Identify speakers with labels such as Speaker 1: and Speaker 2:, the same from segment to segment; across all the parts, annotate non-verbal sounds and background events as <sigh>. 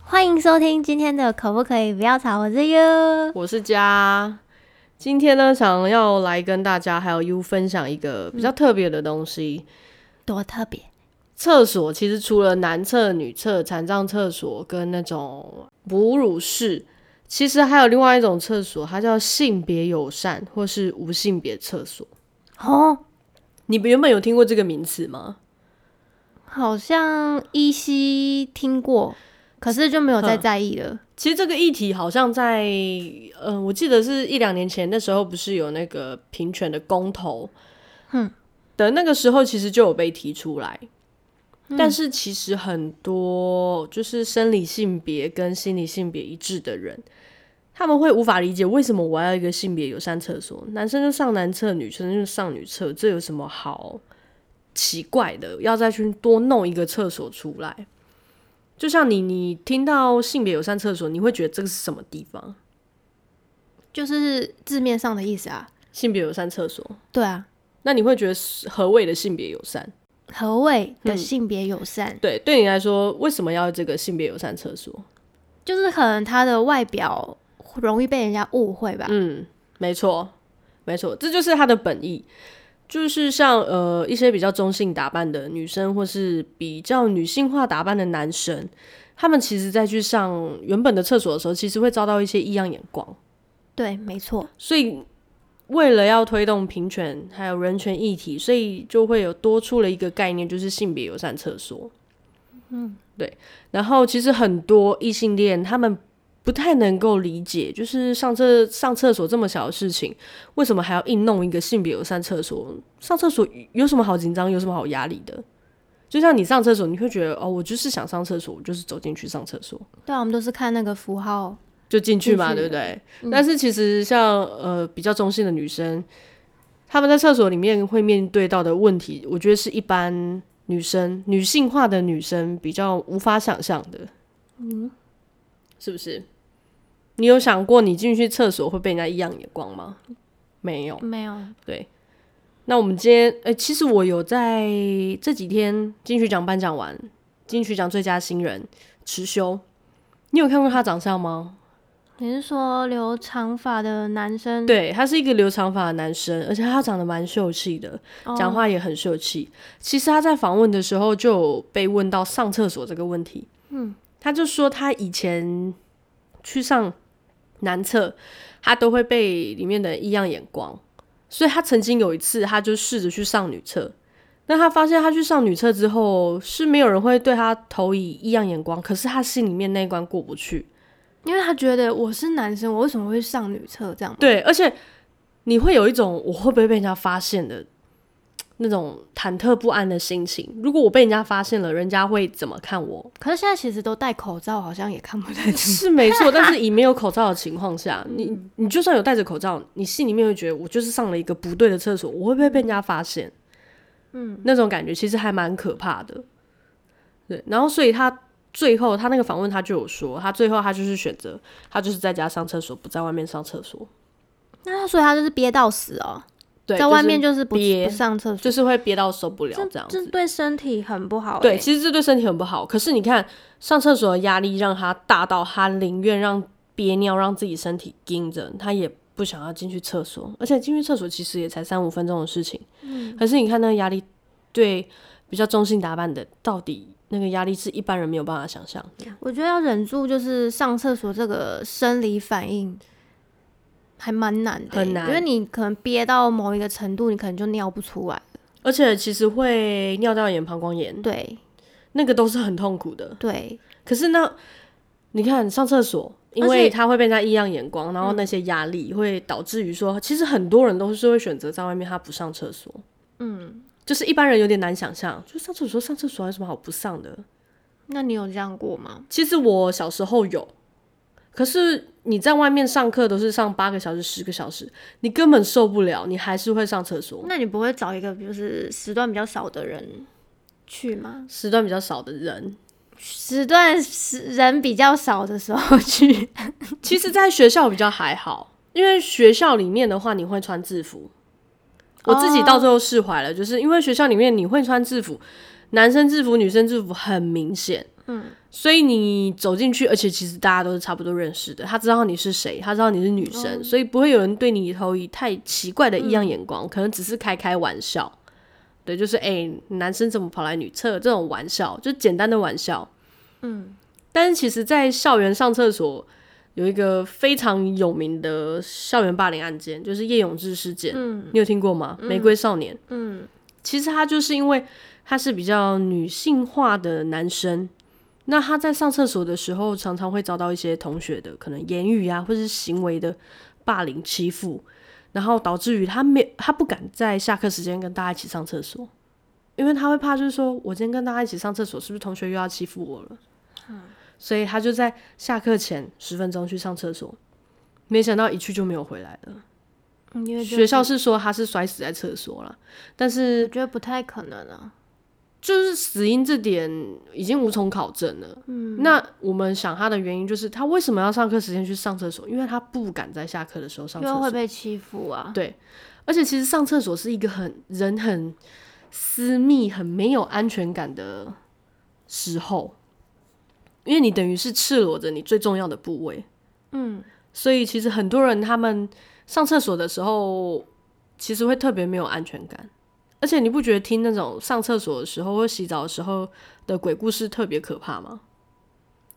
Speaker 1: 欢迎收听今天的可不可以不要吵，我是 <laughs> U。
Speaker 2: 我是佳。今天呢，想要来跟大家还有 U 分享一个比较特别的东西。
Speaker 1: 多特别，
Speaker 2: 厕所其实除了男厕、女厕、残障厕所跟那种哺乳室，其实还有另外一种厕所，它叫性别友善或是无性别厕所。
Speaker 1: 哦，
Speaker 2: 你原本有听过这个名词吗？
Speaker 1: 好像依稀听过，可是就没有再
Speaker 2: 哼
Speaker 1: 在意了。
Speaker 2: 其实这个议题好像在，呃，我记得是一两年前，那时候不是有那个平权的公投，
Speaker 1: 嗯，
Speaker 2: 的那个时候其实就有被提出来，但是其实很多就是生理性别跟心理性别一致的人，他们会无法理解为什么我要一个性别友善厕所，男生就上男厕，女生就上女厕，这有什么好奇怪的？要再去多弄一个厕所出来？就像你，你听到性别友善厕所，你会觉得这个是什么地方？
Speaker 1: 就是字面上的意思啊。
Speaker 2: 性别友善厕所，
Speaker 1: 对啊，
Speaker 2: 那你会觉得是何谓的性别友善？
Speaker 1: 何谓的
Speaker 2: 嗯
Speaker 1: 性别友善？
Speaker 2: 对，对你来说，为什么要这个性别友善厕所？
Speaker 1: 就是可能他的外表容易被人家误会吧。
Speaker 2: 嗯，没错，没错，这就是它的本意。就是像呃一些比较中性打扮的女生，或是比较女性化打扮的男生，他们其实在去上原本的厕所的时候，其实会遭到一些异样眼光。
Speaker 1: 对，没错。
Speaker 2: 所以为了要推动平权还有人权议题，所以就会有多出了一个概念，就是性别友善厕所。嗯，对。然后其实很多异性恋他们不太能够理解，就是上厕上厕所这么小的事情，为什么还要硬弄一个性别友善厕所？上厕所有什么好紧张，有什么好压力的？就像你上厕所，你会觉得哦，我就是想上厕所，我就是走进去上厕所。
Speaker 1: 对啊，我们都是看那个符号。
Speaker 2: 就进去嘛，
Speaker 1: 进去嗯
Speaker 2: 对不对？但是其实像呃比较中性的女生，她们在厕所里面会面对到的问题，我觉得是一般女生女性化的女生比较无法想象的，嗯，是不是？你有想过你进去厕所会被人家异样眼光吗？没有，
Speaker 1: 没有，
Speaker 2: 对。那我们今天，哎、其实我有在这几天金曲奖颁奖完，金曲奖最佳新人池修，你有看过他长相吗？
Speaker 1: 你是说留长发的男生？，
Speaker 2: 对，他是一个留长发的男生，而且他长得蛮秀气的，
Speaker 1: 哦
Speaker 2: 讲、话也很秀气。其实他在访问的时候就有被问到上厕所这个问题，嗯，他就说他以前去上男厕，他都会被里面的异样眼光，所以他曾经有一次，他就试着去上女厕。那他发现他去上女厕之后，是没有人会对他投以异样眼光，可是他心里面那一关过不去，
Speaker 1: 因为他觉得我是男生，我为什么会上女厕这样？
Speaker 2: 对，而且你会有一种我会不会被人家发现的那种忐忑不安的心情。如果我被人家发现了，人家会怎么看我？ <laughs>
Speaker 1: 可是现在其实都戴口罩，好像也看不太清。
Speaker 2: 是没错，但是以没有口罩的情况下，你你就算有戴着口罩，你心里面会觉得我就是上了一个不对的厕所，我会不会被人家发现？嗯，那种感觉其实还蛮可怕的。对，然后所以他最后他那个访问他就有说，他最后他就是选择他就是在家上厕所，不在外面上厕所。
Speaker 1: <laughs> 那他所以他就是憋到死哦，
Speaker 2: 对，
Speaker 1: 在
Speaker 2: 就
Speaker 1: 外
Speaker 2: 是
Speaker 1: 面就是不
Speaker 2: 憋
Speaker 1: 不上厕所，
Speaker 2: 就是会憋到受不了这样
Speaker 1: 这
Speaker 2: 子。
Speaker 1: 对身体很不好、欸。欸
Speaker 2: 对，，其实这对身体很不好。可是你看，上厕所的压力让他大到他宁愿让憋尿，让自己身体盯着，他也不想要进去厕所。而且进去厕所其实也才三五分钟的事情。
Speaker 1: 嗯
Speaker 2: 可是你看那个压力，对比较中性打扮的，到底那个压力是一般人没有办法想象的。
Speaker 1: 我觉得要忍住就是上厕所这个生理反应。还蛮难的欸、
Speaker 2: 很难
Speaker 1: 因为你可能憋到某一个程度，你可能就尿不出来。
Speaker 2: 而且其实会尿道炎、膀胱炎，
Speaker 1: 对
Speaker 2: 那个都是很痛苦的。
Speaker 1: 对，
Speaker 2: 可是那你看上厕所，因
Speaker 1: 而且嗯
Speaker 2: 为他会被人家异样眼光，然后那些压力会导致于说，其实很多人都是会选择在外面，他不上厕所。嗯，就是一般人有点难想象，就上厕所上厕所有什么好不上的？
Speaker 1: 那你有这样过吗？
Speaker 2: 其实我小时候有，可是你在外面上课都是上八个小时、十个小时，你根本受不了，你还是会上厕所。
Speaker 1: 那你不会找一个就是时段比较少的人去吗？
Speaker 2: 时段比较少的人，
Speaker 1: 时段时人比较少的时候去，
Speaker 2: 其实，在学校比较还好，因为学校里面的话，你会穿制服。我自己到最后释怀了，就是因为学校里面你会穿制服，男生制服、女生制服很明显，嗯，所以你走进去，而且其实大家都是差不多认识的，他知道你是谁，他知道你是女生，所以不会有人对你投以太奇怪的异样眼光，可能只是开开玩笑，对，就是哎、男生怎么跑来女厕这种玩笑，就简单的玩笑。
Speaker 1: 嗯，
Speaker 2: 但是其实，在校园上厕所有一个非常有名的校园霸凌案件，就是叶永志事件，
Speaker 1: 嗯
Speaker 2: 你有听过吗？玫瑰少年。
Speaker 1: 嗯
Speaker 2: 其实他就是因为他是比较女性化的男生，那他在上厕所的时候，常常会遭到一些同学的可能言语啊，或是行为的霸凌欺负，然后导致于他没他不敢在下课时间跟大家一起上厕所，因为他会怕，就是说我今天跟大家一起上厕所，是不是同学又要欺负我了？所以他就在下课前十分钟去上厕所，没想到一去就没有回来了。
Speaker 1: 嗯，因为就
Speaker 2: 学校是说他是摔死在厕所了，但是
Speaker 1: 我觉得不太可能啊。
Speaker 2: 就是死因这点已经无从考证了。嗯，那我们想他的原因就是他为什么要上课时间去上厕所？因为他不敢在下课的时候上
Speaker 1: 因
Speaker 2: 厕
Speaker 1: 为会
Speaker 2: 所。
Speaker 1: 被欺负啊。
Speaker 2: 对，而且其实上厕所是一个很人很私密、很没有安全感的时候，因为你等于是赤裸着你最重要的部位。
Speaker 1: 嗯，
Speaker 2: 所以其实很多人他们上厕所的时候，其实会特别没有安全感，而且你不觉得听那种上厕所的时候或洗澡的时候的鬼故事特别可怕吗？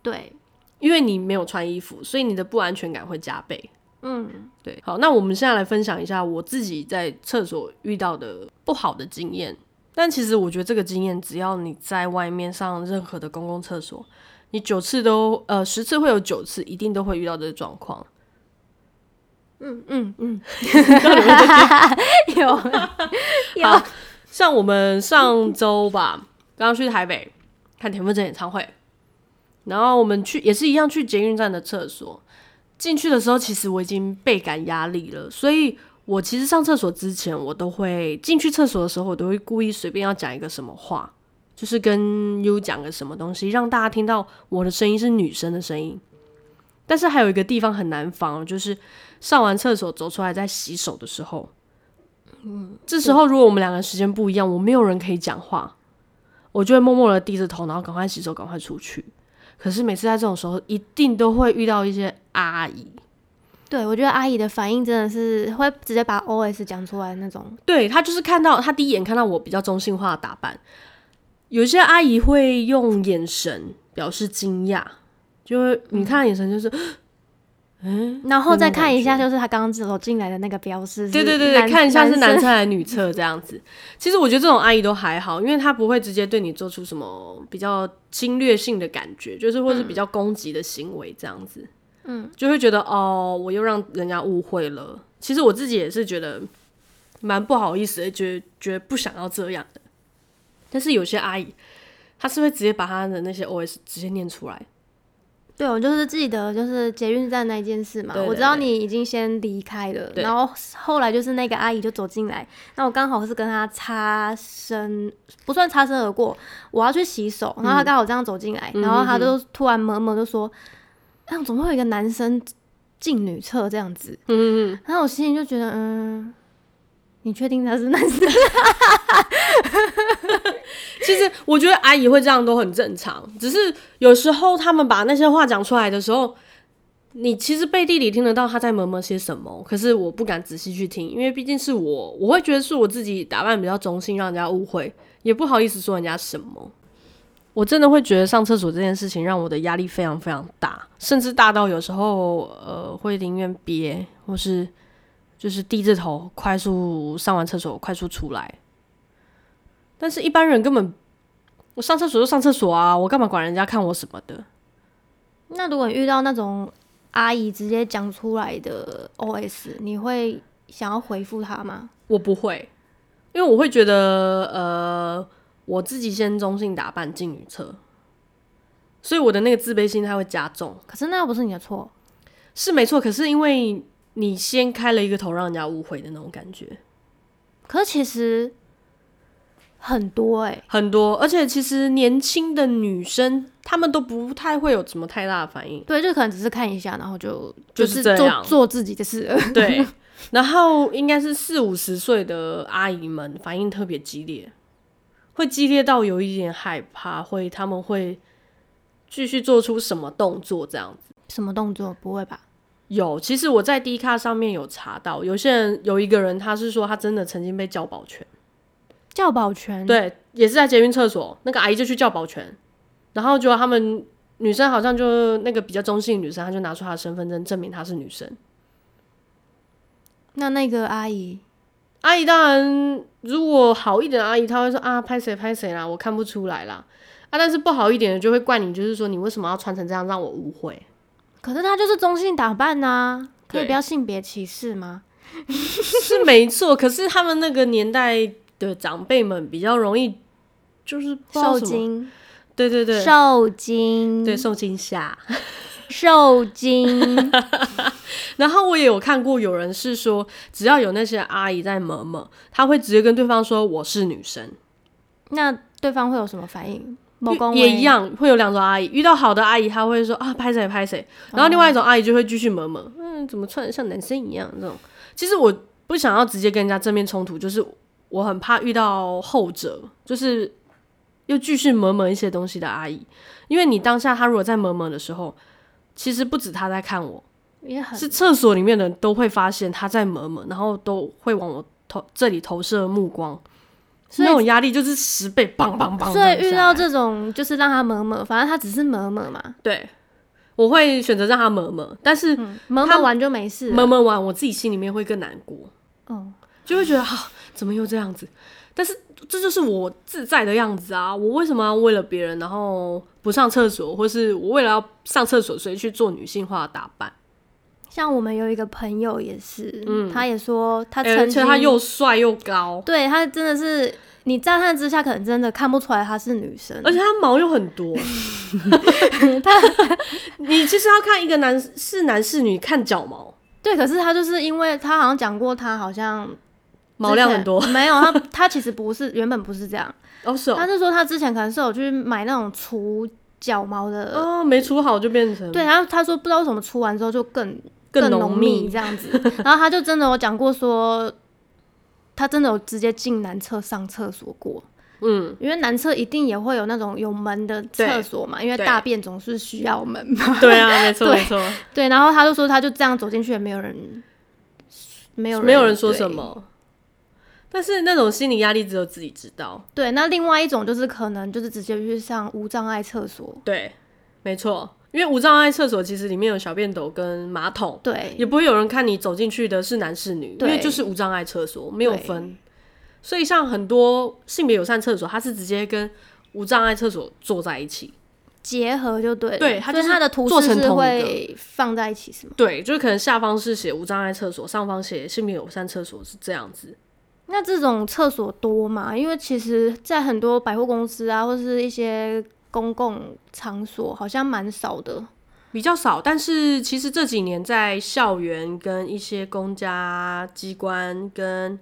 Speaker 1: 对，
Speaker 2: 因为你没有穿衣服，所以你的不安全感会加倍。 <laughs>
Speaker 1: 嗯
Speaker 2: 对，好，那我们现在来分享一下我自己在厕所遇到的不好的经验。但其实我觉得这个经验，只要你在外面上任何的公共厕所，你九次都呃十次会有九次一定都会遇到这个状况。
Speaker 1: 嗯嗯嗯，
Speaker 2: 有
Speaker 1: <laughs>
Speaker 2: <laughs>
Speaker 1: 有
Speaker 2: 好像我们上周吧， <laughs> 刚刚去台北看田馥甄演唱会，然后我们去也是一样去捷运站的厕所。进去的时候，其实我已经倍感压力了，所以我其实上厕所之前，我都会进去厕所的时候，我都会故意随便要讲一个什么话，就是跟 U 讲个什么东西，让大家听到我的声音是女生的声音。但是还有一个地方很难防，就是上完厕所走出来，在洗手的时候，这时候如果我们两个时间不一样，我没有人可以讲话，我就会默默的低着头，然后赶快洗手，赶快出去。可是每次在这种时候，一定都会遇到一些阿姨，
Speaker 1: 对，我觉得阿姨的反应真的是会直接把 OS 讲出来那种。
Speaker 2: 对她就是看到她第一眼看到我比较中性化的打扮，有一些阿姨会用眼神表示惊讶，就会你看她眼神就是，
Speaker 1: 然后再看一下，
Speaker 2: 嗯那
Speaker 1: 就是他刚刚走进来的那个标示是
Speaker 2: 对
Speaker 1: 男。
Speaker 2: 对对对，看一下是男
Speaker 1: 生
Speaker 2: 厕还是女厕这样 <laughs> 子。其实我觉得这种阿姨都还好，因为她不会直接对你做出什么比较侵略性的感觉，就是或是比较攻击的行为这样子。嗯，就会觉得哦，我又让人家误会了。其实我自己也是觉得蛮不好意思的，觉得觉得不想要这样的。但是有些阿姨，她是会直接把她的那些 OS 直接念出来。
Speaker 1: 对，我就是记得就是捷运站那一件事嘛，
Speaker 2: 对对
Speaker 1: 我知道
Speaker 2: 对
Speaker 1: 你已经先离开了，
Speaker 2: 对
Speaker 1: 然后后来就是那个阿姨就走进来，那我刚好是跟她擦身，不算擦身而过，我要去洗手，然
Speaker 2: 嗯
Speaker 1: 后她刚好这样走进来，然后她就突然萌萌就说：“那、怎么会有一个男生进女厕这样子？”
Speaker 2: 嗯嗯嗯，
Speaker 1: 然后我心里就觉得，嗯，你确定他是男生？ <laughs>
Speaker 2: 其实我觉得阿姨会这样都很正常，只是有时候他们把那些话讲出来的时候，你其实背地里听得到她在磨磨些什么，可是我不敢仔细去听，因为毕竟是我，我会觉得是我自己打扮比较中性，让人家误会，也不好意思说人家什么。我真的会觉得上厕所这件事情让我的压力非常非常大，甚至大到有时候呃会宁愿憋，或是就是低着头快速上完厕所快速出来。但是一般人根本我上厕所就上厕所啊，我干嘛管人家看我什么的？
Speaker 1: 那如果你遇到那种阿姨直接讲出来的 OS，你会想要回复她吗？
Speaker 2: 我不会，因为我会觉得，呃，我自己先中性打扮进女厕，所以我的那个自卑心它会加重，
Speaker 1: 可是那又不是你的错。
Speaker 2: 是没错。可是因为你先开了一个头，让人家误会的那种感觉
Speaker 1: 可是其实很多哎、
Speaker 2: 很多，而且其实年轻的女生她们都不太会有什么太大的反应，
Speaker 1: 对，就可能只是看一下，然后就
Speaker 2: 就是
Speaker 1: 是
Speaker 2: 这
Speaker 1: 做
Speaker 2: 样
Speaker 1: 做自己的事 <laughs> 了。
Speaker 2: <laughs> 对，然后应该是四五十岁的阿姨们反应特别激烈，会激烈到有一点害怕，会他们会继续做出什么动作这样子。
Speaker 1: 什么动作？不会吧？
Speaker 2: 有，其实我在 D 卡上面有查到，有些人有一个人他是说他真的曾经被叫保全，
Speaker 1: 教保全，，
Speaker 2: 对，也是在捷运厕所，那个阿姨就去叫保全，然后结果他们女生好像就那个比较中性的女生，她就拿出她的身份证证明她是女生。
Speaker 1: 那那个阿姨，
Speaker 2: 阿姨当然，如果好一点的阿姨，她会说啊，拍谁拍谁啦，我看不出来啦。啊，但是不好一点的就会怪你，就是说你为什么要穿成这样让我误会？
Speaker 1: 可是她就是中性打扮呐、可以
Speaker 2: 对
Speaker 1: 不要性别歧视吗？
Speaker 2: 是没错，可是他们那个年代的长辈们比较容易就是不知道
Speaker 1: 受
Speaker 2: 什么，
Speaker 1: 精，
Speaker 2: <laughs> 对对对，
Speaker 1: 受精，
Speaker 2: 对受惊吓。
Speaker 1: 受
Speaker 2: <laughs>
Speaker 1: 精，
Speaker 2: 然后我也有看过有人是说，只要有那些阿姨在萌萌，她会直接跟对方说我是女生，
Speaker 1: 那对方会有什么反应？欸某公
Speaker 2: 也
Speaker 1: 威
Speaker 2: 一，样会有两种阿姨，遇到好的阿姨她会说啊拍谁拍谁，然后另外一种阿姨就会继续萌萌，嗯怎么穿的像男生一样这种。其实我不想要直接跟人家正面冲突，就是我很怕遇到后者，就是又继续萌萌一些东西的阿姨，因为你当下她如果在萌萌的时候，其实不止她在看我，
Speaker 1: 也很
Speaker 2: 是厕所里面的人都会发现他在门门，然后都会往我投这里投射目光，
Speaker 1: 所以
Speaker 2: 那种压力就是十倍，棒棒棒。
Speaker 1: 所以
Speaker 2: 样下
Speaker 1: 遇到
Speaker 2: 来
Speaker 1: 这种就是让他磨磨，反正他只是磨磨嘛，
Speaker 2: 对，我会选择让他门门，但是
Speaker 1: 磨
Speaker 2: 嗯他
Speaker 1: 磨嗯完就没事了。
Speaker 2: 门门完我自己心里面会更难过，
Speaker 1: 哦，
Speaker 2: 就会觉得啊，怎么又这样子？但是这就是我自在的样子啊！我为什么要为了别人然后不上厕所，或是我为了要上厕所所以去做女性化的打扮？
Speaker 1: 像我们有一个朋友也是，
Speaker 2: 嗯
Speaker 1: 他也说他
Speaker 2: 哎
Speaker 1: 曾
Speaker 2: 而且
Speaker 1: 经，
Speaker 2: 他又帅又
Speaker 1: <laughs>
Speaker 2: 高，
Speaker 1: 对他真的是，你乍看之下可能真的看不出来她是女生，
Speaker 2: 而且他毛又很
Speaker 1: <laughs>
Speaker 2: 多。 <laughs> 你其实要看一个男是男是女，看脚毛，
Speaker 1: 对，可是他就是因为他好像讲过，他好像
Speaker 2: 毛量很多。
Speaker 1: 之前， <laughs> 没有他他其实不是原本不是这样，
Speaker 2: 哦，是
Speaker 1: 他
Speaker 2: 哦，
Speaker 1: 是说他之前可能是有去买那种除脚毛的。
Speaker 2: 哦，没除好就变成
Speaker 1: 对，然后他说不知道为什么除完之后就更
Speaker 2: 更
Speaker 1: 浓
Speaker 2: 浓密。
Speaker 1: 这样
Speaker 2: <laughs>
Speaker 1: 子。然后他就真的有讲过说，他真的有直接进男厕上厕所过，
Speaker 2: 嗯，
Speaker 1: 因为男厕一定也会有那种有门的厕所嘛，因为
Speaker 2: 对
Speaker 1: 大便总是需要门嘛。 <laughs>
Speaker 2: <laughs> 对啊，没错
Speaker 1: 对
Speaker 2: 没错，
Speaker 1: 对，然后他就说他就这样走进去，也没有人，没有人
Speaker 2: 没有人说
Speaker 1: 对
Speaker 2: 什么。但是那种心理压力只有自己知道。
Speaker 1: 对，那另外一种就是可能就是直接去上无障碍厕所。
Speaker 2: 对，没错，因为无障碍厕所其实里面有小便斗跟马桶，
Speaker 1: 对
Speaker 2: 也不会有人看你走进去的是男是女，因
Speaker 1: 对
Speaker 2: 为就是无障碍厕所没有
Speaker 1: 对
Speaker 2: 分。所以像很多性别友善厕所，它是直接跟无障碍厕所坐在一起。
Speaker 1: 结合就对了，
Speaker 2: 对他
Speaker 1: 所以
Speaker 2: 就是
Speaker 1: 他的图
Speaker 2: 做
Speaker 1: 示
Speaker 2: 成
Speaker 1: 是
Speaker 2: 同一
Speaker 1: 会放在一起，是吗？
Speaker 2: 对，就是可能下方是写无障碍厕所，上方写性别友善厕所是这样子。
Speaker 1: 那这种厕所多吗？因为其实，在很多百货公司啊，或是一些公共场所，好像蛮少的。
Speaker 2: 比较少，但是其实这几年在校园跟一些公家机关跟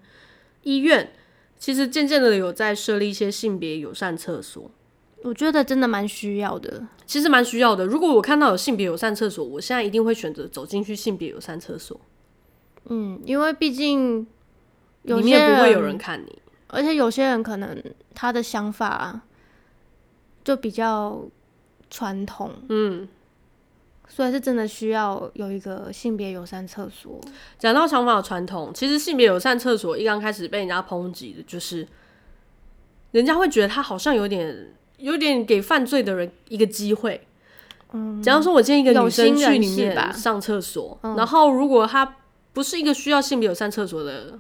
Speaker 2: 医院，其实渐渐的有在设立一些性别友善厕所。
Speaker 1: 我觉得真的蛮需要的。
Speaker 2: 其实蛮需要的。如果我看到有性别友善厕所，我现在一定会选择走进去性别友善厕所，
Speaker 1: 嗯，因为毕竟有
Speaker 2: 里
Speaker 1: 些
Speaker 2: 面不会有人看你。
Speaker 1: 而且有些人可能他的想法、就比较传统，
Speaker 2: 嗯，
Speaker 1: 所以是真的需要有一个性别友善厕所。
Speaker 2: 讲到长发传统，其实性别友善厕所一刚开始被人家抨击的就是，人家会觉得他好像有点有点给犯罪的人一个机会。
Speaker 1: 嗯，
Speaker 2: 假如说我建议一个女生
Speaker 1: 有心人
Speaker 2: 去里
Speaker 1: 士吧嗯
Speaker 2: 面上厕所，然后如果她不是一个需要性别友善厕所的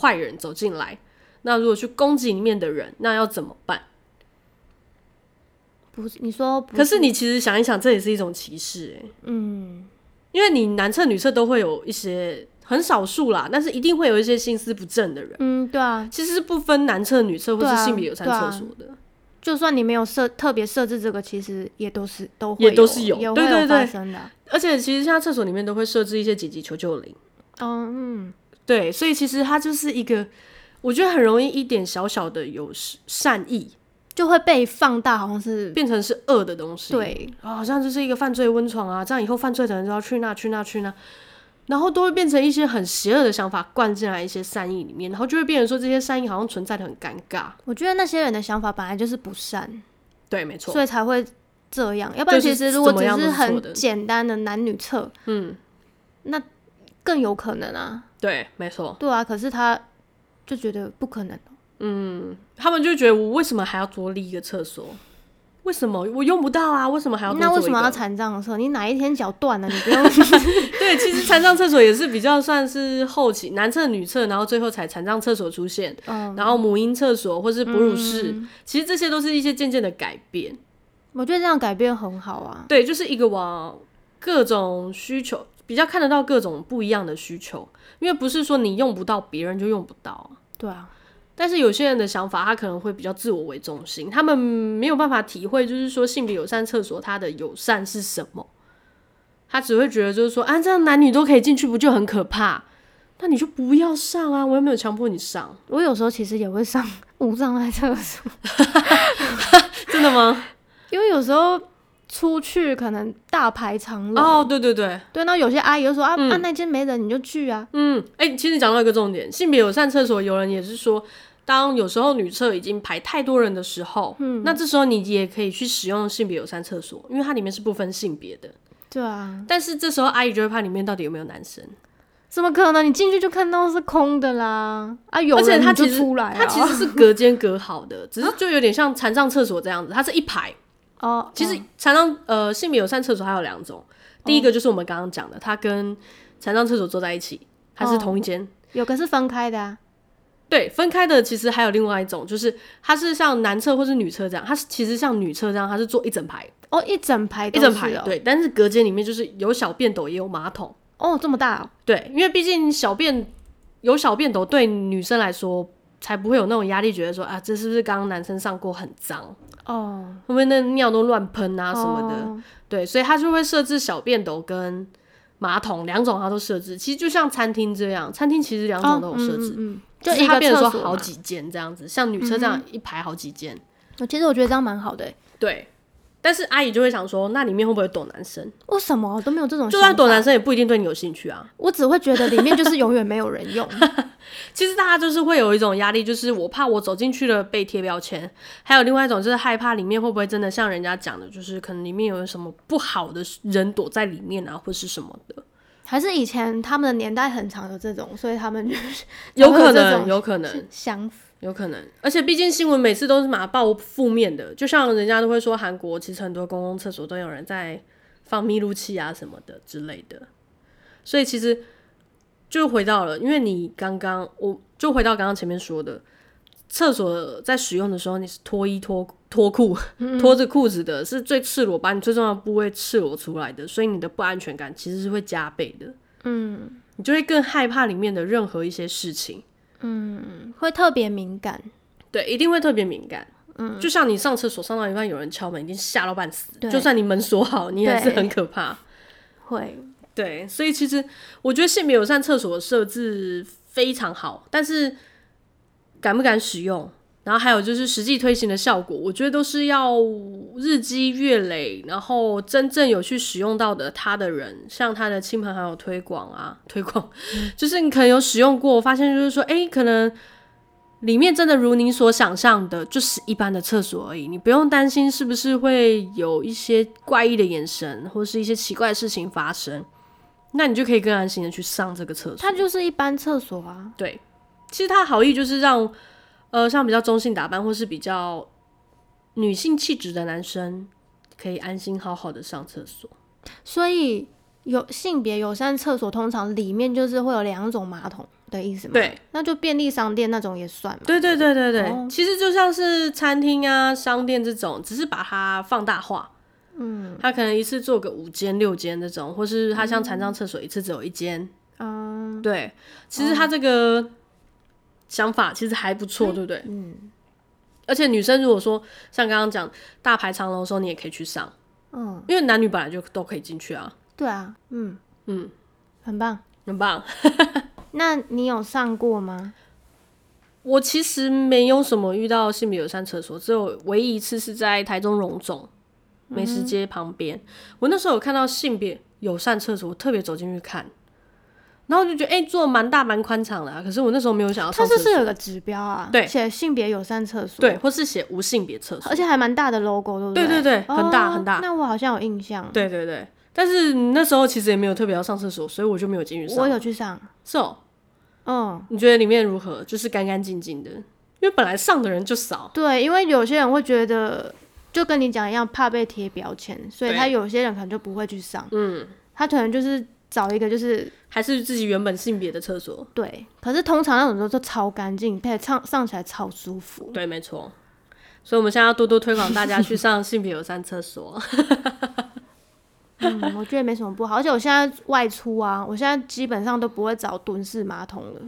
Speaker 2: 坏人走进来，那如果去攻击里面的人，那要怎么办？
Speaker 1: 不是你说不
Speaker 2: 可是你其实想一想，这也是一种歧视、欸，
Speaker 1: 嗯，
Speaker 2: 因为你男厕女厕都会有一些很少数啦，但是一定会有一些心思不正的人，
Speaker 1: 嗯，对啊，
Speaker 2: 其实是不分男厕女厕或
Speaker 1: 对
Speaker 2: 是
Speaker 1: 啊
Speaker 2: 性别友善厕所的，
Speaker 1: 就算你没有设特别设置这个，其实也都是都会
Speaker 2: 也都是有
Speaker 1: 也会
Speaker 2: 对对
Speaker 1: 有发
Speaker 2: 对
Speaker 1: 生的啊。
Speaker 2: 而且其实现在厕所里面都会设置一些紧急求救铃，
Speaker 1: 哦，嗯，
Speaker 2: 对，所以其实它就是一个，我觉得很容易一点小小的有善意
Speaker 1: 就会被放大，好像是
Speaker 2: 变成是恶的东西，
Speaker 1: 对，
Speaker 2: 啊，好像就是一个犯罪温床啊，这样以后犯罪的人就要去那去那去那，然后都会变成一些很邪恶的想法灌进来一些善意里面，然后就会变成说这些善意好像存在的很尴尬。
Speaker 1: 我觉得那些人的想法本来就是不善，
Speaker 2: 对，没错，
Speaker 1: 所以才会这样，要不然
Speaker 2: 就
Speaker 1: 其
Speaker 2: 是
Speaker 1: 实如果
Speaker 2: 怎么
Speaker 1: 只
Speaker 2: 样都
Speaker 1: 是
Speaker 2: 是错
Speaker 1: 很
Speaker 2: 的
Speaker 1: 简单的男女厕，
Speaker 2: 嗯，
Speaker 1: 那更有可能啊。
Speaker 2: 对，没错，
Speaker 1: 对啊，可是他就觉得不可能。
Speaker 2: 他们就觉得我为什么还要多立一个厕所？为什么我用不到啊？为什么还要多
Speaker 1: 那为
Speaker 2: 做
Speaker 1: 什
Speaker 2: 一
Speaker 1: 么要
Speaker 2: 个？
Speaker 1: 残障厕？你哪一天脚断了，你
Speaker 2: <laughs>
Speaker 1: 不用
Speaker 2: 对，其实残障厕所也是比较算是后期 <laughs> 男厕、女厕，然后最后才残障厕所出现，
Speaker 1: 嗯
Speaker 2: 然后母婴厕所或是哺
Speaker 1: <laughs>
Speaker 2: 乳室，其实这些都是一些渐渐的改变。
Speaker 1: 我觉得这样改变很好啊。
Speaker 2: 对，就是一个往各种需求比较看得到各种不一样的需求，因为不是说你用不到，别人就用不到啊。
Speaker 1: 对啊，
Speaker 2: 但是有些人的想法，他可能会比较自我为中心，他们没有办法体会，就是说性别友善厕所它的友善是什么，他只会觉得就是说，啊，这样男女都可以进去，不就很可怕？那你就不要上啊！我又没有强迫你上，
Speaker 1: 我有时候其实也会上 <laughs> 无障碍厕所，
Speaker 2: 真的吗？
Speaker 1: 因为有时候出去可能大排长龙。
Speaker 2: <laughs> 哦，嗯对对对，
Speaker 1: 对，那有些阿姨就说啊、啊，那间没人你就去啊。
Speaker 2: 嗯，哎、其实讲到一个重点，性别友善厕所，有人也是说，当有时候女厕已经排太多人的时候，嗯，那这时候你也可以去使用性别友善厕所，因为它里面是不分性别的。
Speaker 1: 对啊，
Speaker 2: 但是这时候阿姨就会怕里面到底有没有男生。
Speaker 1: 怎么可能？你进去就看到是空的啦。啊，有
Speaker 2: 而且
Speaker 1: 人
Speaker 2: 它
Speaker 1: 你就
Speaker 2: 其实
Speaker 1: 出来啊。
Speaker 2: 它其实是隔间隔好
Speaker 1: <laughs>
Speaker 2: 的，只是就有点像残障厕所这样子，它是一排。
Speaker 1: 哦，
Speaker 2: 其实残障呃性别友善厕所还有两种，第一个就是我们刚刚讲的，它跟残障厕所坐在一起，它是同一间。
Speaker 1: 有个是分开的啊。
Speaker 2: 对，分开的其实还有另外一种，就是它是像男厕或是女厕这样，它是其实像女厕这样，它是坐一整排，
Speaker 1: 哦，一整排
Speaker 2: 一
Speaker 1: 都
Speaker 2: 整
Speaker 1: 是
Speaker 2: 排
Speaker 1: 哦。
Speaker 2: 对，但是隔间里面就是有小便斗也有马桶，
Speaker 1: 哦，这么大哦。
Speaker 2: 对，因为毕竟小便有小便斗对女生来说才不会有那种压力，觉得说啊这是不是刚刚男生上过很脏，
Speaker 1: 哦，
Speaker 2: 后面那尿都乱喷啊什么的，
Speaker 1: 哦
Speaker 2: 对，所以他就会设置小便斗跟马桶两种，他都设置。其实就像餐厅这样，餐厅其实两种都有设置，
Speaker 1: 哦嗯嗯嗯
Speaker 2: 只
Speaker 1: 就是一
Speaker 2: 它
Speaker 1: 个
Speaker 2: 变成
Speaker 1: 厕
Speaker 2: 说
Speaker 1: 所
Speaker 2: 好
Speaker 1: 嘛。嗯
Speaker 2: 几间这样子，像女厕这样一排好几间。
Speaker 1: 我哦其实我觉得这样蛮好的欸，
Speaker 2: 对，但是阿姨就会想说，那里面会不会有抖男生？
Speaker 1: 为什么都没有这种？
Speaker 2: 就算抖男，生也不一定对你有兴趣啊。
Speaker 1: 我只会觉得里面就是永远没有人用。
Speaker 2: 其实大家就是会有一种压力，就是我怕我走进去了被贴标签，还有另外一种就是害怕里面会不会真的像人家讲的，就是可能里面有什么不好的人躲在里面啊，或是什么的。
Speaker 1: 还是以前他们的年代很长有这种，所以他们就是
Speaker 2: 有可
Speaker 1: 才会有这
Speaker 2: 能，
Speaker 1: 种
Speaker 2: 有可能，
Speaker 1: 想法。
Speaker 2: 有可能。而且毕竟新闻每次都是马报负面的，就像人家都会说韩国其实很多公共厕所都有人在放密录器啊什么的之类的，所以其实就回到了，因为你刚刚我就回到刚刚前面说的，厕所在使用的时候你是脱衣脱脱裤
Speaker 1: 嗯
Speaker 2: 脱着裤子的，是最赤裸，把你最重要的部位赤裸出来的，所以你的不安全感其实是会加倍的。
Speaker 1: 嗯
Speaker 2: 你就会更害怕里面的任何一些事情，
Speaker 1: 嗯，会特别敏感。
Speaker 2: 对，一定会特别敏感。嗯，就像你上厕所上到一半有人敲门，一定吓到半死。
Speaker 1: 对
Speaker 2: 就算你门锁好，你也是很可怕。
Speaker 1: 会，
Speaker 2: 对，所以其实我觉得性别友善厕所的设置非常好，但是敢不敢使用，然后还有就是实际推行的效果，我觉得都是要日积月累，然后真正有去使用到的他的人，像他的亲朋好友推广啊， <laughs> 推广，就是你可能有使用过，发现就是说，哎、可能。里面真的如你所想象的，就是一般的厕所而已，你不用担心是不是会有一些怪异的眼神或是一些奇怪的事情发生，那你就可以更安心的去上这个厕所。
Speaker 1: 它就是一般厕所啊。
Speaker 2: 对，其实它的好意就是让，呃，像比较中性打扮或是比较女性气质的男生，可以安心好好的上厕所。
Speaker 1: 所以有性别友善厕所，通常里面就是会有两种马桶的意思嘛。，
Speaker 2: 对，
Speaker 1: 那就便利商店那种也算嘛。
Speaker 2: 对对对对对，
Speaker 1: 哦
Speaker 2: 其实就像是餐厅啊、商店这种，只是把它放大化。嗯，他可能一次做个五间、六间这种，或是他像残障厕所一次只有一间。
Speaker 1: 嗯
Speaker 2: 对，其实他这个想法其实还不错，对不对？
Speaker 1: 嗯
Speaker 2: 而且女生如果说像刚刚讲大排长龙的时候，你也可以去上，
Speaker 1: 嗯，
Speaker 2: 因为男女本来就都可以进去啊。
Speaker 1: 对啊，嗯
Speaker 2: 嗯，
Speaker 1: 很棒。
Speaker 2: 很棒。
Speaker 1: 那你有上过吗？
Speaker 2: 我其实没有什么遇到性别友善厕所，只有唯一一次是在台中荣
Speaker 1: 嗯
Speaker 2: 总美食街旁边，我那时候有看到性别友善厕所，我特别走进去看，然后我就觉得哎、做得蛮大蛮宽敞的、啊，可是我那时候没有想要
Speaker 1: 它
Speaker 2: 上厕
Speaker 1: 是
Speaker 2: 所，
Speaker 1: 不是有个指标啊？
Speaker 2: 对
Speaker 1: 写性别友善厕所。
Speaker 2: 对，，或是写无性别厕所
Speaker 1: 而，且还蛮大的 logo，对不
Speaker 2: 对
Speaker 1: 对
Speaker 2: 对对，很大
Speaker 1: 哦
Speaker 2: 很大，
Speaker 1: 那我好像有印象，
Speaker 2: 对对对。但是那时候其实也没有特别要上厕所，所以我就没有进去上。
Speaker 1: 我有去上，
Speaker 2: 是哦，
Speaker 1: 嗯。
Speaker 2: 你觉得里面如何？就是干干净净的，因为本来上的人就少。
Speaker 1: 对，因为有些人会觉得，就跟你讲一样，怕被贴标签，所以
Speaker 2: 对
Speaker 1: 他有些人可能就不会去上。嗯，他可能就是找一个就是
Speaker 2: 还是自己原本性别的厕所。
Speaker 1: 对，可是通常那种都都超干净，而且唱上起来超舒服。
Speaker 2: 对，没错。所以我们现在要多多推广大家去上性别友善厕所。
Speaker 1: 嗯，我觉得没什么不好，而且我现在外出啊，我现在基本上都不会找蹲式马桶了，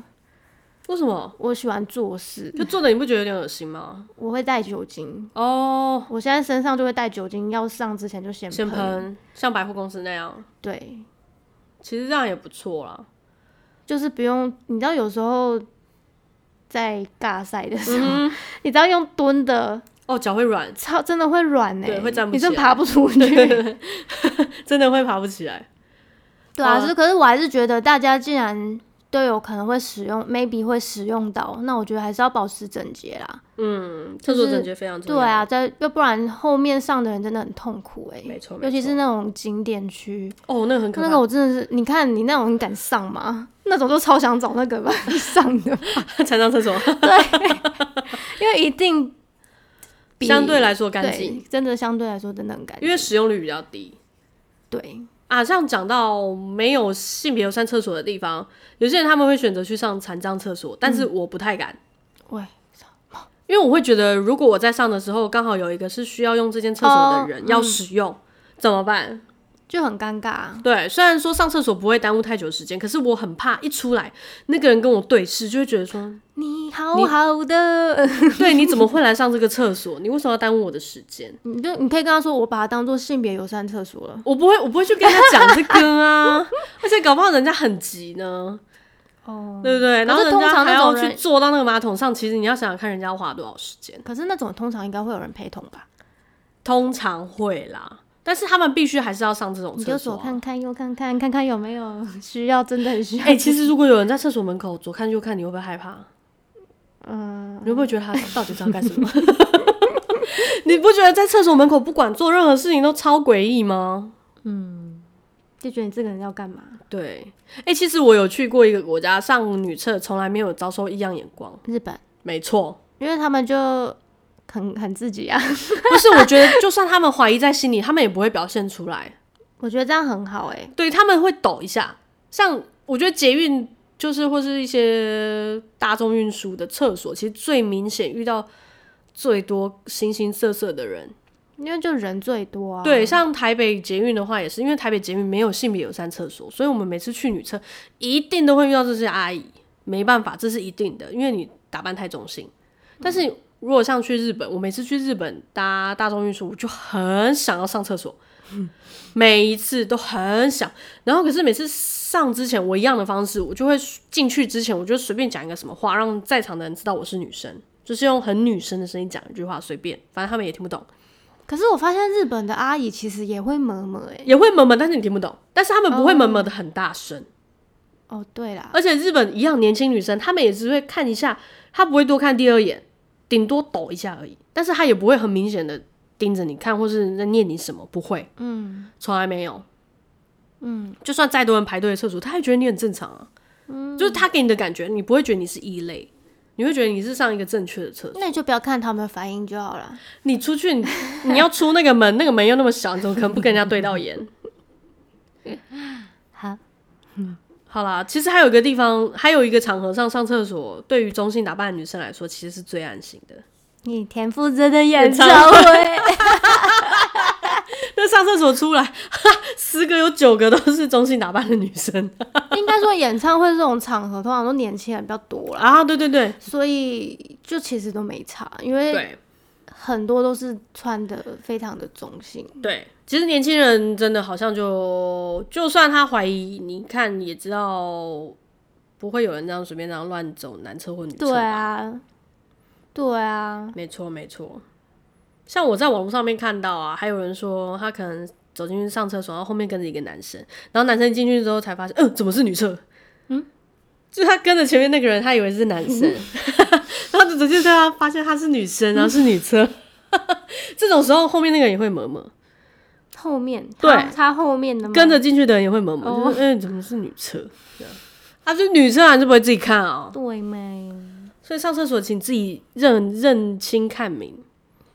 Speaker 2: 为什么？
Speaker 1: 我喜欢坐式，
Speaker 2: 就坐的你不觉得有点恶心吗？
Speaker 1: 我会带酒精。
Speaker 2: 哦，
Speaker 1: 我现在身上就会带酒精，要上之前就先
Speaker 2: 先
Speaker 1: 喷。
Speaker 2: 喷，像百货公司那样，
Speaker 1: 对，
Speaker 2: 其实这样也不错啦。
Speaker 1: 就是不用，你知道有时候在尬赛的时候，
Speaker 2: 嗯
Speaker 1: <laughs> 你知道用蹲的，
Speaker 2: 哦，脚会软，
Speaker 1: 超真的会软呢、欸
Speaker 2: 对会站不
Speaker 1: 你真
Speaker 2: 起来
Speaker 1: 爬不出去。
Speaker 2: <laughs> 真的会爬不起来。
Speaker 1: <laughs> 对啊，是，可是我还是觉得大家既然都有可能会使用，maybe 会使用到，那我觉得还是要保持整洁啦。
Speaker 2: 嗯，厕所
Speaker 1: 就是
Speaker 2: 整洁非常
Speaker 1: 对
Speaker 2: 重要。
Speaker 1: 啊，在要不然后面上的人真的很痛苦哎、
Speaker 2: 没错没错
Speaker 1: 尤其是那种景点区，
Speaker 2: 哦，那个很可
Speaker 1: 那个
Speaker 2: 怕。
Speaker 1: 我真的是，你看你那种你敢上吗？那种就超想找那个吧 <laughs> 上的，
Speaker 2: <laughs> 残障厕所
Speaker 1: 因为一定比
Speaker 2: 相对来说干净，
Speaker 1: 对，真的相对来说真的很干净，
Speaker 2: 因为使用率比较低。
Speaker 1: 对，
Speaker 2: 啊，像讲到没有性别友善厕所的地方，有些人他们会选择去上残障厕所，但是我不太敢，
Speaker 1: 喂，
Speaker 2: 因为我会觉得如果我在上的时候刚好有一个是需要用这间厕所
Speaker 1: 哦
Speaker 2: 的人要使用，怎么办？
Speaker 1: 就很尴尬、啊。
Speaker 2: 对，虽然说上厕所不会耽误太久时间，可是我很怕一出来那个人跟我对视，就会觉得说，
Speaker 1: 你好好的，
Speaker 2: 对，你怎么会来上这个厕所？你为什么要耽误我的时间？
Speaker 1: <laughs> 你就你可以跟他说，我把它当做性别友善厕所了。
Speaker 2: <laughs> 我不会，我不会去跟他讲这个
Speaker 1: <laughs>
Speaker 2: 啊，而且搞不好人家很急呢，
Speaker 1: 哦，
Speaker 2: 对不对？然后人
Speaker 1: 通
Speaker 2: 家
Speaker 1: 常
Speaker 2: 还
Speaker 1: 那
Speaker 2: 要
Speaker 1: 种
Speaker 2: 去
Speaker 1: 人
Speaker 2: 坐到那个马桶上，其实你要想想看，人家要花多少时间，
Speaker 1: 可是那种通常应该会有人陪同吧？
Speaker 2: 通常会啦。但是他们必须还是要上这种
Speaker 1: 你
Speaker 2: 厕
Speaker 1: 就
Speaker 2: 所
Speaker 1: 左
Speaker 2: 啊、
Speaker 1: 看看右看看，看看有没有需要，真的很
Speaker 2: <laughs>
Speaker 1: 需要。
Speaker 2: 哎、其实如果有人在厕所门口左看右看，你会不会害怕？
Speaker 1: 嗯，
Speaker 2: 你会不会觉得他到底是要干什
Speaker 1: <laughs>
Speaker 2: 么？你不觉得在厕所门口不管做任何事情都超诡异吗？
Speaker 1: 就觉得你这个人要干嘛？
Speaker 2: 对，哎、其实我有去过一个国家上女厕，从来没有遭受异样眼光。
Speaker 1: 日本，
Speaker 2: 没错，
Speaker 1: 因为他们就很很自己啊， <laughs>
Speaker 2: <laughs> 不是，我觉得就算他们怀疑在心里，他们也不会表现出来。
Speaker 1: 我觉得这样很好哎、
Speaker 2: 对，他们会抖一下。像我觉得捷运就是或是一些大众运输的厕所，其实最明显遇到最多形形色色的人。
Speaker 1: 因为就人最多啊。
Speaker 2: 对，像台北捷运的话，也是因为台北捷运没有性别友善厕所，所以我们每次去女厕一定都会遇到这些阿姨。没办法，这是一定的，因为你打扮太中性。但是如果像去日本，我每次去日本搭大众运输，我就很想要上厕所， <laughs> 每一次都很想。然后可是每次上之前，我一样的方式，我就会进去之前，我就随便讲一个什么话，让在场的人知道我是女生，就是用很女生的声音讲一句话，随便，反正他们也听不懂。
Speaker 1: 可是我发现日本的阿姨其实也会嬷嬷哎、
Speaker 2: 也会闷闷，但是你听不懂。但是他们不会闷闷的很大声，
Speaker 1: 哦，对啦，
Speaker 2: 而且日本一样，年轻女生她们也只会看一下，她不会多看第二眼，顶多抖一下而已。但是她也不会很明显的盯着你看，或是在念你什么，不会，
Speaker 1: 嗯
Speaker 2: 从来没有。
Speaker 1: 嗯，
Speaker 2: 就算再多人排队的厕所，她也觉得你很正常啊。嗯，就是她给你的感觉，你不会觉得你是异类，你会觉得你是上一个正确的厕所。
Speaker 1: 那你就不要看他们的反应就好了。
Speaker 2: 你出去，你你要出那个门，那个门又那么小，你怎么可能不跟人家对到眼？
Speaker 1: 好。
Speaker 2: 好啦，其实还有一个地方，还有一个场合上上厕所，对于中性打扮的女生来说，其实是最安心的。 <laughs>
Speaker 1: 你田馥甄的演
Speaker 2: 唱
Speaker 1: 唱 <laughs>
Speaker 2: 会
Speaker 1: 会，
Speaker 2: 那上厕所出来， <laughs> 哈哈，十个有九个都是中性打扮的女生
Speaker 1: 应该说演唱会这种场合，通常都年轻人比较多啦，
Speaker 2: 啊！对对对
Speaker 1: 所以就其实都没差，因为
Speaker 2: 对
Speaker 1: 很多都是穿的非常的中性。
Speaker 2: 对，其实年轻人真的好像就，就算他怀疑，你看也知道，不会有人这样随便这样乱走男厕或女厕。
Speaker 1: 对，啊，对啊，
Speaker 2: 没错没错。像我在网络上面看到啊，还有人说他可呃能走进去上厕所，然后后面跟着一个男生，然后男生进去之后才发现，嗯、怎么是女厕？就他跟着前面那个人，他以为是男生，然后直接对他发现他是女生，然后是女车。 <laughs> 这种时候，后面那个人也会萌萌，
Speaker 1: 后面
Speaker 2: 对
Speaker 1: 他他后面的吗
Speaker 2: 跟着进去的人也会萌萌，
Speaker 1: 嗯哦
Speaker 2: 就是哎、怎么是女车？这样啊，就女车啊，你就不会自己看哦。
Speaker 1: 对没？
Speaker 2: 所以上厕所请自己认认清看明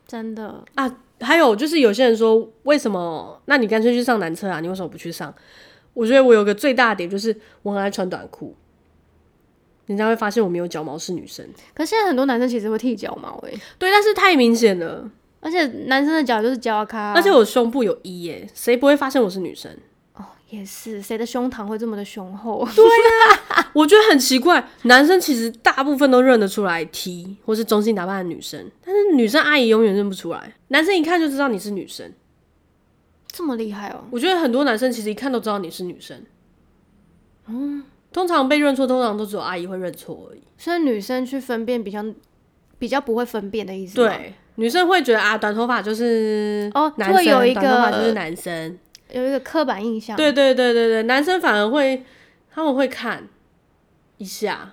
Speaker 1: 真的，
Speaker 2: 啊。还有就是有些人说，为什么？那你干脆去上男厕啊？你为什么不去上？我觉得我有个最大的点就是，我很爱穿短裤，人家会发现我没有脚毛是女生。
Speaker 1: 可是现在很多男生其实会剃脚毛哎、
Speaker 2: 对，但是太明显了。
Speaker 1: 而且男生的脚就是脚啊咖，
Speaker 2: 而且我胸部有一耶，谁不会发现我是女生？
Speaker 1: 哦也是，谁的胸膛会这么的雄厚？
Speaker 2: 啊我觉得很奇怪，男生其实大部分都认得出来 T 或是中性打扮的女生，但是女生阿姨永远认不出来，男生一看就知道你是女生。
Speaker 1: 这么厉害哦？
Speaker 2: 我觉得很多男生其实一看都知道你是女生，嗯，通常被认错，通常都只有阿姨会认错而已。
Speaker 1: 所以女生去分辨比较比较不会分辨的意思吗，
Speaker 2: 对，女生会觉得啊，短头发就是
Speaker 1: 哦
Speaker 2: 男生，
Speaker 1: 会有一
Speaker 2: 短头发就是
Speaker 1: 个
Speaker 2: 男生。
Speaker 1: 有一个刻板印象，
Speaker 2: 对对对对对，男生反而会他们会看一下，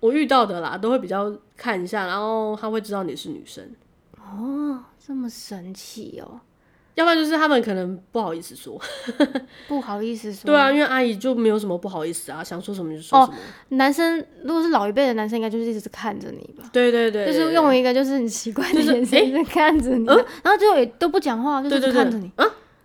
Speaker 2: 我遇到的啦，都会比较看一下，然后他会知道你是女生，
Speaker 1: 哦，这么神奇哦，
Speaker 2: 要不然就是他们可能不好意思说。
Speaker 1: 不好意思说，
Speaker 2: 对啊，因为阿姨就没有什么不好意思啊，想说什么就
Speaker 1: 哦
Speaker 2: 说什么。
Speaker 1: 男生如果是老一辈的男生，应该就是一直看着你吧，
Speaker 2: 对对对，对
Speaker 1: 就是用一个就是嗯很奇怪的眼神在看着你，啊然后最后也都不讲话，就
Speaker 2: 对
Speaker 1: 是
Speaker 2: 对对
Speaker 1: 看着你，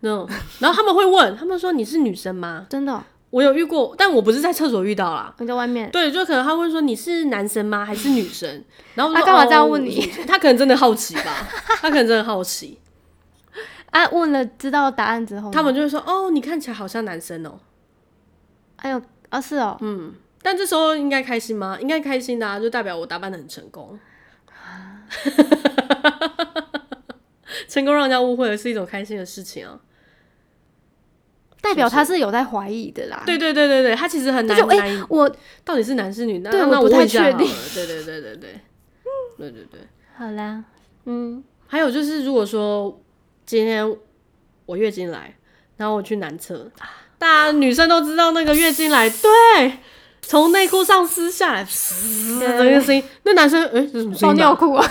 Speaker 2: 那种，然后他们会问，他们说你是女生吗？
Speaker 1: 真的哦
Speaker 2: 我有遇过，但我不是在厕所遇到啦。
Speaker 1: 你在外面，
Speaker 2: 对，就可能他会说你是男生吗？还是女生？ <laughs> 然后我
Speaker 1: 他
Speaker 2: 就说
Speaker 1: 干嘛
Speaker 2: 哦
Speaker 1: 这样问你
Speaker 2: 我是女生他可能真的好奇吧，他可能真的好奇。
Speaker 1: 啊，问了知道答案之后呢，
Speaker 2: 他们就会说：“哦，你看起来好像男生哦。
Speaker 1: 哎呦啊是哦，”
Speaker 2: 但这时候应该开心吗？应该开心的、啊，就代表我打扮的很成功。 <laughs> 成功让人家误会了是一种开心的事情啊！
Speaker 1: 代表他是有在怀疑的啦，
Speaker 2: 对对对对对，他其实很
Speaker 1: 就
Speaker 2: 难
Speaker 1: 是
Speaker 2: 难以、
Speaker 1: 哎我
Speaker 2: 到底是男是女，那
Speaker 1: 对
Speaker 2: 那
Speaker 1: 我不
Speaker 2: 问
Speaker 1: 太
Speaker 2: 一下
Speaker 1: 确
Speaker 2: 好
Speaker 1: 定
Speaker 2: 了。对对对对对，对对对。
Speaker 1: 好啦，嗯，
Speaker 2: 还有就是，如果说今天我月经来，然后我去男厕，大家女生都知道那个月经来，对，从内裤上撕下来，嘶的那个声音，那男生哎、这是什么声
Speaker 1: 包
Speaker 2: 音
Speaker 1: 尿
Speaker 2: 吧？
Speaker 1: 裤啊，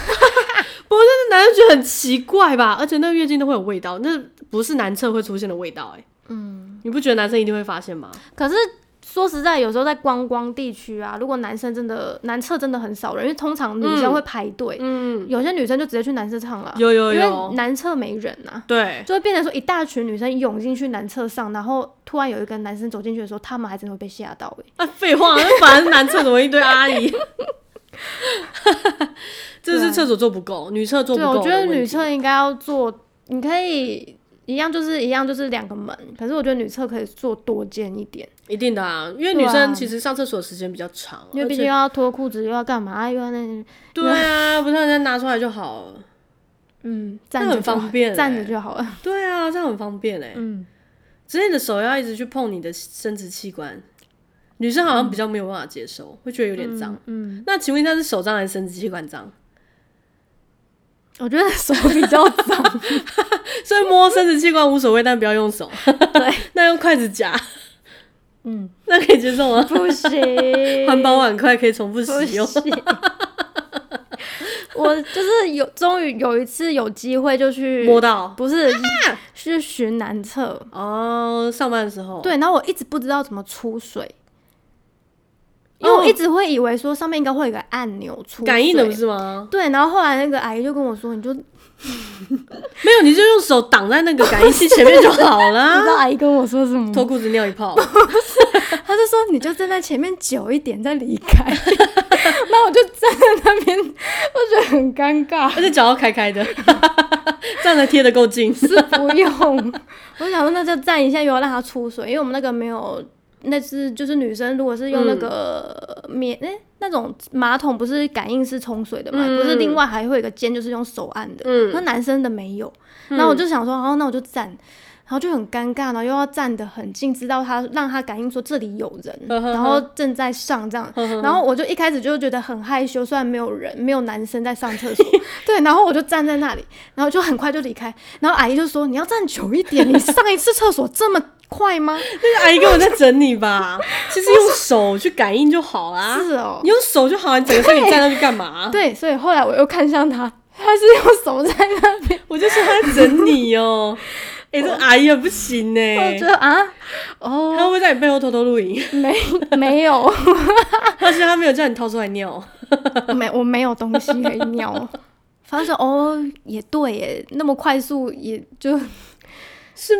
Speaker 2: 不是，那男生觉得很奇怪吧？而且那个月经都会有味道，那不是男厕会出现的味道、哎，嗯，你不觉得男生一定会发现吗？
Speaker 1: 可是。说实在，有时候在观光地区啊，如果男生真的男厕真的很少人，因为通常女生会排队，
Speaker 2: 嗯，
Speaker 1: 有些女生就直接去男厕唱了，
Speaker 2: 有有
Speaker 1: 啊因为
Speaker 2: 有，
Speaker 1: 男厕没人啊，
Speaker 2: 对，
Speaker 1: 就会变成说一大群女生涌进去男厕上，然后突然有一个男生走进去的时候，他们还真的会被吓到哎、
Speaker 2: 啊，废话，那反正男厕怎么一堆
Speaker 1: <laughs>
Speaker 2: 阿姨？ <laughs> 这是厕所做不够，女厕做不
Speaker 1: 啊对，
Speaker 2: 够的
Speaker 1: 我
Speaker 2: 问
Speaker 1: 觉
Speaker 2: 题。
Speaker 1: 得女厕应该要做，你可以一样就是一样就是两个门，可是我觉得女厕可以做多间一点，
Speaker 2: 一定的啊，因为
Speaker 1: 对
Speaker 2: 女
Speaker 1: 啊
Speaker 2: 生其实上厕所时间比较长，
Speaker 1: 因为毕竟又要脱裤子又要干嘛，又要那
Speaker 2: 而且对
Speaker 1: <laughs>
Speaker 2: 啊，不是人家拿出来就好了。
Speaker 1: 嗯
Speaker 2: 那
Speaker 1: 站着
Speaker 2: 很
Speaker 1: 就好
Speaker 2: 方便
Speaker 1: 站
Speaker 2: 欸
Speaker 1: 着就好了，
Speaker 2: 对啊，这样很方便哎、
Speaker 1: 嗯，
Speaker 2: 只是你的手要一直去碰你的生殖器官，
Speaker 1: 嗯
Speaker 2: 女生好像比较没有办法接受，会觉得有点脏。
Speaker 1: 嗯，
Speaker 2: 那请问一下，是手脏还是生殖器官脏？
Speaker 1: 我觉得手比较脏，
Speaker 2: 所以摸生殖器官无所谓，但不要用手。对， <laughs> 那用筷子夹，
Speaker 1: 嗯，
Speaker 2: 那可以接受吗？
Speaker 1: <laughs> 不行，
Speaker 2: 环保碗筷可以重复使用。
Speaker 1: 不行 <laughs> 我就是有，终于有一次有机会就去
Speaker 2: 摸到
Speaker 1: 不是，是寻男厕。
Speaker 2: 哦，上班的时候，，
Speaker 1: 对，然后我一直不知道怎么出水，因为我一直会以为说上面应该会有一个按钮出水
Speaker 2: 感应的不。是吗？
Speaker 1: 对，然后后来那个阿姨就跟我说，你就、你
Speaker 2: 没有，你就用手挡在那个感应器前面就好
Speaker 1: <laughs> 知道
Speaker 2: 啦。
Speaker 1: 阿姨跟我说什么吗？
Speaker 2: 脱裤子尿一泡，
Speaker 1: 她就说你就站在前面久一点再离 <laughs> 开。那我就站在那边，我觉得很尴尬，
Speaker 2: 而且脚要开开的， <laughs> 这样才贴的够近。
Speaker 1: 是不用。 <laughs> 我想说那就站一下，又要让它出水，因为我们那个没有。那是就是女生，如果是用那个
Speaker 2: 嗯
Speaker 1: 棉诶、那种马桶，不是感应式冲水的嘛？
Speaker 2: 嗯
Speaker 1: 不是另外还会有一个尖，就是用手按的。
Speaker 2: 嗯
Speaker 1: 那男生的没有，那我就想说，哦，那我就站，然后就很尴尬，然后又要站得很近，知道他让他感应说这里有人，
Speaker 2: 嗯哼哼
Speaker 1: 然后正在上这样，然后我就一开始就觉得很害羞，虽然没有人，没有男生在上
Speaker 2: <laughs>
Speaker 1: 厕所，对，然后我就站在那里，然后就很快就离开，然后阿姨就说你要站久一点，你上一次厕所这么快吗？
Speaker 2: 那个阿姨根本在整你吧？ <laughs> 其实用手去感应就好啦。
Speaker 1: 是哦
Speaker 2: 你用手就好，你整个身体站上去干嘛？
Speaker 1: <laughs> 对，所以后来我又看向他，他是用手在那边，
Speaker 2: 我就说她在整你哦、哎、这阿姨很不行呢、
Speaker 1: <laughs> 我觉得啊，哦，
Speaker 2: 她会不会在你背后偷偷录影？
Speaker 1: <laughs> 没没有
Speaker 2: 但是她没有叫你掏出来尿。
Speaker 1: 没我没有东西可以 <laughs> 尿，反正说哦也对耶，那么快速也就是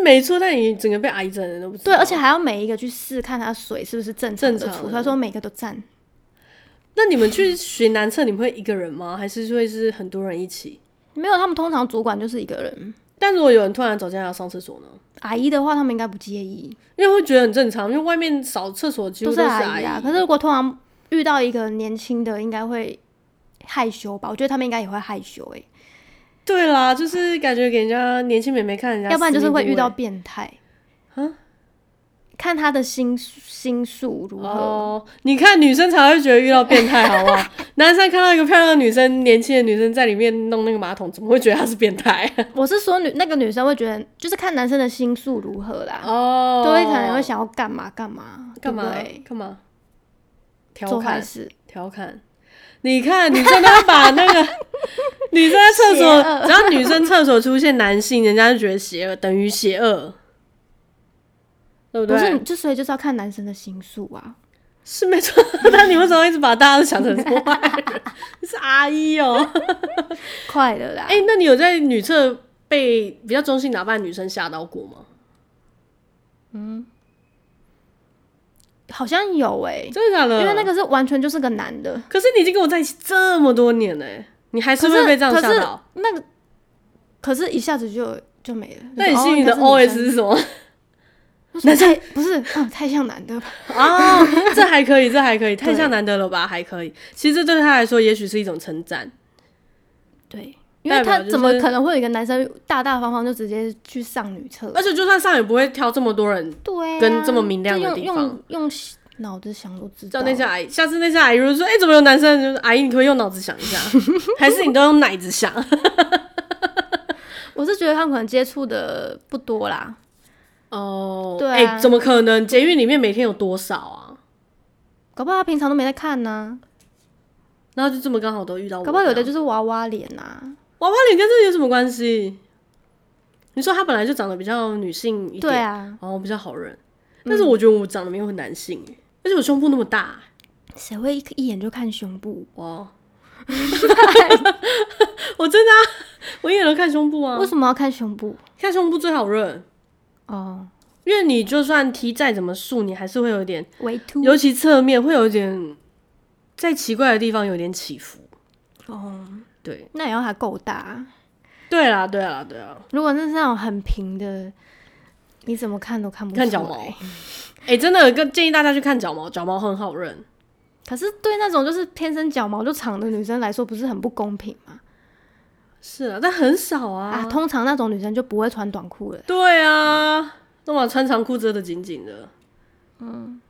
Speaker 2: 没错，但你整个被阿姨整人都不知道。
Speaker 1: 对，而且还要每一个去试看它水是不是正常的
Speaker 2: 正常
Speaker 1: 出，
Speaker 2: 的
Speaker 1: 他说每个都占，
Speaker 2: 那你们去学男厕，你们会一个人吗？还是会是很多人一起？
Speaker 1: 没有他们通常主管就是一个人，
Speaker 2: 但如果有人突然走进来要上厕所呢？
Speaker 1: 阿姨的话他们应该不介意，
Speaker 2: 因为会觉得很正常，因为外面扫厕所几乎
Speaker 1: 都
Speaker 2: 是
Speaker 1: 阿
Speaker 2: 阿
Speaker 1: 姨啊。可是如果通常遇到一个年轻的，应该会害羞吧？我觉得他们应该也会害羞哎、
Speaker 2: 对啦，就是感觉给人家年轻美眉看人家，
Speaker 1: 要不然就是会遇到变态
Speaker 2: 啊。
Speaker 1: 看他的心心术如何，
Speaker 2: 哦，你看女生才会觉得遇到变态，好
Speaker 1: <laughs>
Speaker 2: 不好？男生看到一个漂亮的女生、年轻的女生在里面弄那个马桶，怎么会觉得她是变态？
Speaker 1: 我是说女那个女生会觉得，就是看男生的心术如何啦，
Speaker 2: 哦
Speaker 1: 都会可能会想要干嘛干嘛
Speaker 2: 干嘛
Speaker 1: 对不对
Speaker 2: 干嘛？调
Speaker 1: 做坏
Speaker 2: 侃
Speaker 1: 事，
Speaker 2: 调侃，你看女生都要把那
Speaker 1: <laughs>
Speaker 2: 个女生在厕
Speaker 1: 邪恶
Speaker 2: 所，只要女生厕所出现男性，人家就觉得邪恶，等于邪恶，对不
Speaker 1: 不
Speaker 2: 对？
Speaker 1: 是，之所以就是要看男生的心术啊。
Speaker 2: 是
Speaker 1: <laughs>
Speaker 2: 没错，但你为什么一直把大家都想成是坏人？是阿姨哦、
Speaker 1: <laughs> 快了啦！
Speaker 2: 哎、那你有在女厕被比较中性打扮的女生吓到过吗？
Speaker 1: 好像有哎、
Speaker 2: 真的假的？
Speaker 1: 因为那，个是完全就是个男的，
Speaker 2: 可是你已经跟我在一起这么多年了、欸，你还是
Speaker 1: 可
Speaker 2: 会
Speaker 1: 是
Speaker 2: 被这样
Speaker 1: 可
Speaker 2: 吓
Speaker 1: 是
Speaker 2: 到？
Speaker 1: 那个，可是一下子就就没了。
Speaker 2: 那
Speaker 1: 就
Speaker 2: 你
Speaker 1: 说
Speaker 2: 心里的
Speaker 1: 哦
Speaker 2: OS
Speaker 1: 应该是
Speaker 2: 是什么？
Speaker 1: 男生不是，嗯，太像男的吧？
Speaker 2: 哦，这还可以，这还可以，太像难得了吧？还可以。其实这对他来说，也许是一种称赞。
Speaker 1: 对，因为
Speaker 2: 代表
Speaker 1: 他
Speaker 2: 就是
Speaker 1: 怎么可能会有一个男生大大方方就直接去上女厕？
Speaker 2: 而且就算上也不会挑这么多人。
Speaker 1: 对啊、
Speaker 2: 呃跟这么明亮的
Speaker 1: 就
Speaker 2: 地
Speaker 1: 用
Speaker 2: 方
Speaker 1: 用用脑子想都知道
Speaker 2: 叫。那些阿姨，下次那些阿姨如果说，哎、怎么有男生？就是阿姨，你可不可以用脑子想 <laughs> 一下，还是你都用奶子想？
Speaker 1: 我是觉得他们可能接触的不多啦，
Speaker 2: 哦，
Speaker 1: 对啊
Speaker 2: 哎、怎么可能？监狱里面每天有多少啊？
Speaker 1: 搞不好他平常都没在看呢、
Speaker 2: 然后就这么刚好都遇哦到我这样，
Speaker 1: 搞不好有的就是娃娃脸呐、啊。
Speaker 2: 娃娃脸跟这个有什么关系？你说她本来就长得比较女性一点，
Speaker 1: 对啊，
Speaker 2: 然后比较好认，但是我觉得我长得没有很男性、欸，而且我胸部那么大、
Speaker 1: 谁会一一眼就看胸部？
Speaker 2: 哇！ <laughs> 我真的、啊，我一眼都看胸部啊
Speaker 1: 为，什么要看胸部？
Speaker 2: 看胸部最好认，
Speaker 1: 哦，
Speaker 2: 因为你就算 T 再怎么竖，你还是会有点，
Speaker 1: 围凸
Speaker 2: 尤其侧面会有一点，在奇怪的地方有点起伏。
Speaker 1: 哦，
Speaker 2: 对，
Speaker 1: 那也要它够大啊。
Speaker 2: 对啦，对啦，对啦，
Speaker 1: 如果那是那种很平的，你怎么看都看不出来。
Speaker 2: 看脚毛。哎、真的跟建议大家去看脚毛，脚毛很好认。
Speaker 1: 可是对那种就是天生脚毛就长的女生来说，不是很不公平吗？
Speaker 2: 是啊，但很少啊。
Speaker 1: 啊，通常那种女生就不会穿短裤了。
Speaker 2: 对啊，那么穿长裤遮得紧紧的。嗯，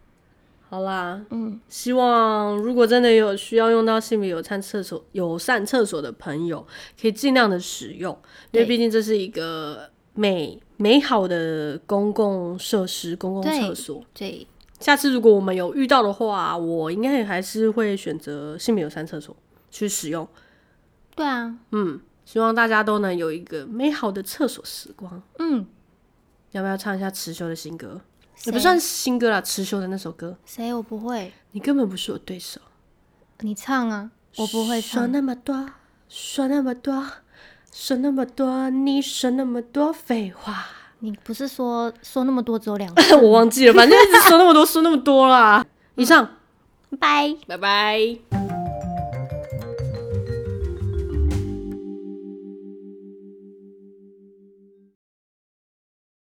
Speaker 2: 好啦，
Speaker 1: 嗯，
Speaker 2: 希望如果真的有需要用到性别友善厕所、友善厕所的朋友，可以尽量的使用，因
Speaker 1: 对
Speaker 2: 为毕竟这是一个美美好的公共设施、公共
Speaker 1: 对
Speaker 2: 厕所。
Speaker 1: 对，
Speaker 2: 下次如果我们有遇到的话，我应该也还是会选择性别友善厕所去使用。
Speaker 1: 对啊，
Speaker 2: 嗯，希望大家都能有一个美好的厕所时光。
Speaker 1: 嗯，
Speaker 2: 要不要唱一下池修的新歌？也
Speaker 1: 谁
Speaker 2: 不算新歌啦，池修的那首歌，
Speaker 1: 谁我不会，
Speaker 2: 你根本不是我对手。
Speaker 1: 你唱啊，我不会
Speaker 2: 说
Speaker 1: 唱。
Speaker 2: 那么多，说那么多，说那么多，你说那么多废
Speaker 1: <laughs>
Speaker 2: 话，
Speaker 1: 你不是说说那么多只有
Speaker 2: <laughs>
Speaker 1: 两次？
Speaker 2: 我忘记了，反正一直说那么多，说那么多啦。以上，
Speaker 1: 嗯拜。
Speaker 2: 拜拜。